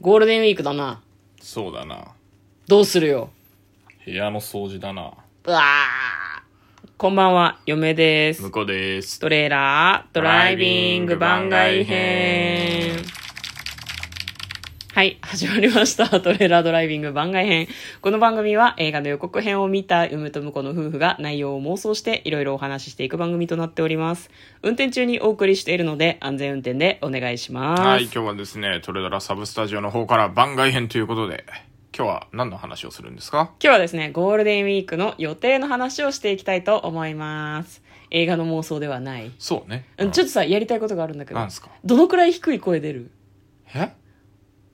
ゴールデンウィークだな。そうだな。どうするよ。部屋の掃除だな。うわーこんばんは、嫁です向。こうです。トレーラードライビング番外編。はい、始まりました。 トレーラードライビング番外編。この番組は映画の予告編を見たウムとムコの夫婦が内容を妄想していろいろお話ししていく番組となっております。運転中にお送りしているので安全運転でお願いします。はい、今日はですね、トレドラサブスタジオの方から番外編ということで、今日は何の話をするんですか今日はですね、ゴールデンウィークの予定の話をしていきたいと思います。映画の妄想ではない。そうね。うんちょっとさ、やりたいことがあるんだけど。なんすかどのくらい低い声出るえ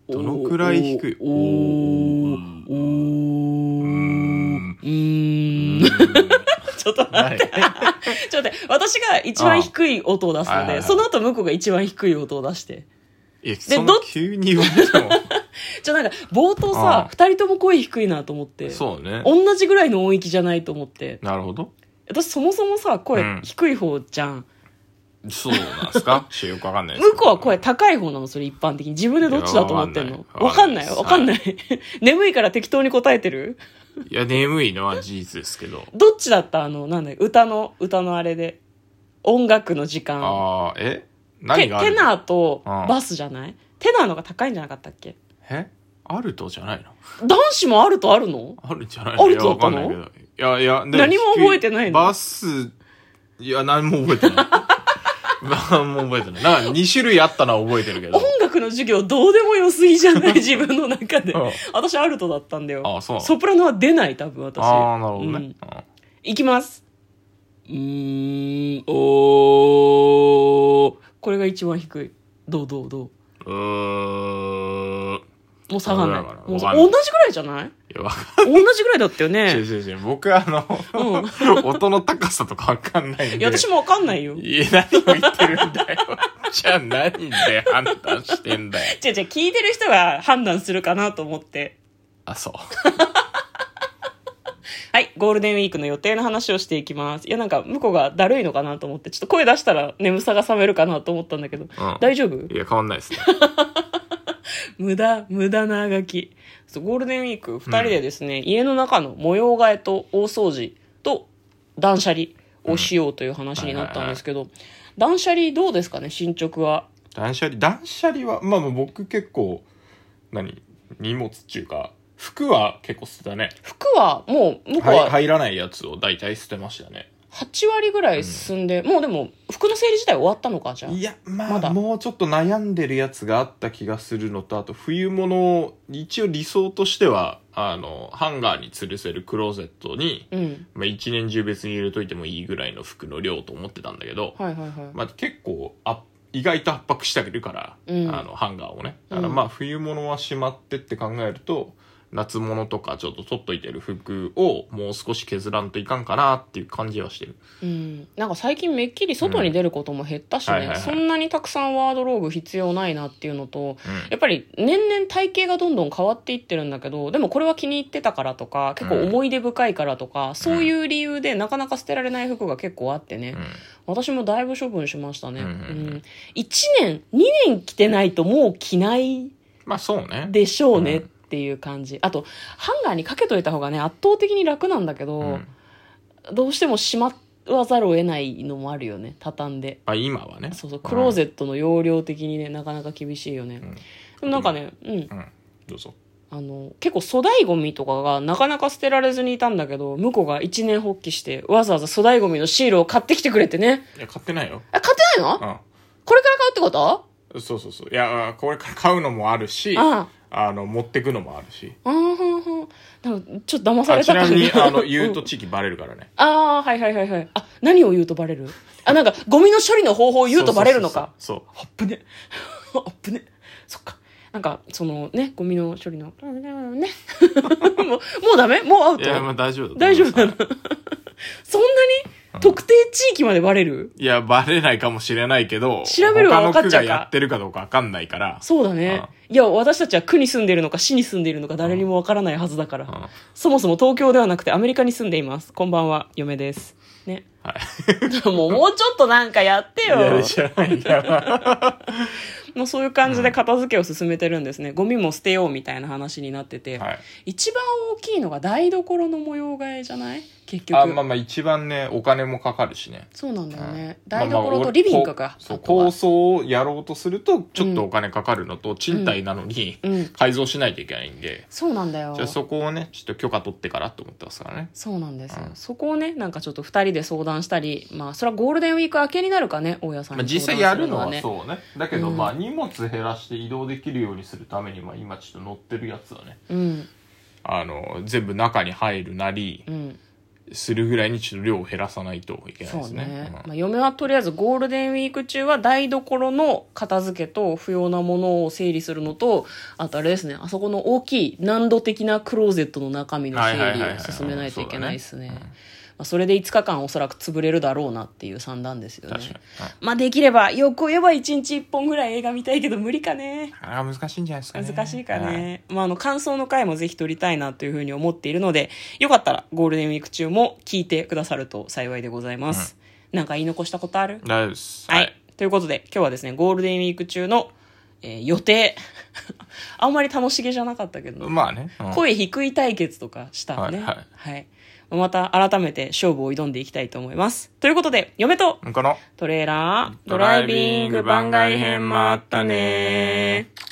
どのくらい低いおーおーおーうーん ちょっと待はい。って、ちょっと待って、私が一番低い音を出すああのはいはいはで、いその後向こうが一番低い音を出して。いや、そんなど急に言われても。ちょ、なんか、冒頭さあ、二人とも声低いなと思って。 そうね。同じぐらいの音域じゃないと思って。なるほど。私そもそもさ、う声ん低い方じゃんそうなんすかちょっとよくわかんないです向けどこうは声高い方なのそれ一般的に。自分でどっちだと思ってんのいやわわかかんんなないいわかんない。 眠いから適当に答えてるいや、眠いのは事実ですけど。どっちだったあの、なんだよ歌の、歌のあれで。音楽の時間。あー、えテ何テがあるナーとうんバスじゃないテナーのが高いんじゃなかったっけえあるとじゃないの男子もあるとあるのあるんじゃないあるとだったのいやわかんないけどいやいや、で何も覚えてないのバス、いや、何も覚えてない。 何も覚えてない。なんか2種類あったのは覚えてるけど音。楽の授業どうでもよすぎじゃ ない自分の中でうん。私アルトだったんだよ。あそうなのソプラノは出ない多分私。ああ、なるほどうんね。うんいきます。うーん、おー。これが一番低い。どうどうどうーん。う。もう下がんない。わかんないもうわかんな同いじぐらいじゃないいや、わかん同じぐらいだったよ ない。違うね。違う違う僕、あの、音の高さとかわかんないんで。いや、私もわかんないよ。違う違う、いや、何を言ってるんだよ。じゃあ何で判断してんだよ。聞いてる人が判断するかなと思って。あ、そう。はい、ゴールデンウィークの予定の話をしていきます。いや、なんか、向こうがだるいのかなと思って、ちょっと声出したら眠さが覚めるかなと思ったんだけど、大丈夫いや、変わんないですね。無駄、無駄なあがき。そうゴールデンウィーク、二人でですね、家の中の模様替えと大掃除と断捨離をしようという話になったんですけど、断捨離どうですかね、進捗は。断捨離断捨離はまあまあ僕結構何荷物っていうか服は結構捨てたね服はもう、僕はいは入らないやつを大体捨てましたね8割ぐらい進んで、もうでも、服の整理自体終わったのか、じゃあ。いやまあまだもうちょっと悩んでるやつがあった気がするのとあと冬物を一応理想としてはあのハンガーに吊るせるクローゼットに、うん。まあ、一年中別に入れといてもいいぐらいの服の量と思ってたんだけど、はいはいはい。まあ、結構あ意外と圧迫してあげるから、うんあのハンガーをねだからまあ冬物はしまってって考えると、夏物とかちょっと取っといてる服をもう少し削らんといかんかなっていう感じはしてるうん。なんか最近めっきり外に出ることも減ったしね、うんはいはいはいそんなにたくさんワードローブ必要ないなっていうのと、うやっぱり年々体型がどんどん変わっていってるんだけどでもこれは気に入ってたからとか結構思い出深いからとか、そういう理由でなかなか捨てられない服が結構あってね、ん、私もだいぶ処分しましたね、ううんんうんうん1年2年着てないともう着ないまあそうねでしょうねうっんていう感じあとハンガーにかけといた方がね圧倒的に楽なんだけど、うんどうしてもしまわざるを得ないのもあるよね畳んでまあ今はねそうそうクローゼットの容量的にねなかなか厳しいよね、んでもなんかねうんうん、うんどうぞあの、結構粗大ゴミとかがなかなか捨てられずにいたんだけど、向こうが一年発起して、わざわざ粗大ゴミのシールを買ってきてくれてね。いや買ってないよ、あ、買ってないのこれから買うってことうん、そうそうそういやこれから買うのもあるしああの持ってくのもあるしあ、ああ、はんはん。なんか、ちょっと騙さあれちたな感みじ。にあ のん言うと地域バレるからねああ、はいはいはいはい。あ、何を言うとバレるあ、なんか、ゴミの処理の方法を言うとバレるのか。そうそうそうあそうっぶね。 あっぶね。そっか。なんか、そのね、ゴミの処理の、ね。 もう、もうダメもうアウトいやまあ大丈夫だと思大い丈ます夫 なのそんなに特定地域までバレるいや、バレないかもしれないけど、調べるは分かっちゃうか他の区がやってるかどうか分かんないから、そうだね。いや、私たちは区に住んでいるのか市に住んでいるのか誰にもわからないはずだから。んそもそも東京ではなくてアメリカに住んでいます。こんばんは、嫁です。ね。はい。もう、もうちょっとなんかやっていや、よ。知らないから。もうそういう感じで片付けを進めてるんですね、ゴミも捨てようみたいな話になってて、はい、一番大きいのが台所の模様替えじゃない結局あまあまあ一番ねお金もかかるしねそうなんだよね、うん台所とリビングまあかまあ、そうあとは構想をやろうとするとちょっとお金かかるのと、賃貸なのに、うん改造しないといけないんで、そうなんだよじゃあそこをねちょっと許可取ってからと思ってますからねそうなんですよ、うんそこをねなんかちょっと2人で相談したりまあそれはゴールデンウィーク明けになるかね大家さんまあ、に実際や相談るのはすそうねだけど、うんまあ荷物減らして移動できるようにするために、まあ、今ちょっと乗ってるやつはねうんあの全部中に入るなりうんするぐらいにちょっと量を減らさないといけないそうでねすねうんまあ、嫁はとりあえずゴールデンウィーク中は台所の片付けと不要なものを整理するのとあとあれですねあそこの大きい難度的なクローゼットの中身の整はいはいはい理はをい進めないといけないですねそうだねまあそれで5日間おそらく潰れるだろうなっていう算段ですよね確かに、まあできればよく言えば1日1本ぐらい映画見たいけど無理かねうんあれは難しいんじゃないですかね難しいかね、はいまあ、あの感想の回もぜひ撮りたいなというふうに思っているのでよかったらゴールデンウィーク中も聞いてくださると幸いでございます、なんか言い残したことある、大丈夫ですはい、ということで今日はですねゴールデンウィーク中の、えー予定 あんまり楽しげじゃなかったけど、まあね、うん声低い対決とかしたねはいはいはいまた改めて勝負を挑んでいきたいと思いますということで嫁とこのトレーラードライビング番外編もあったねー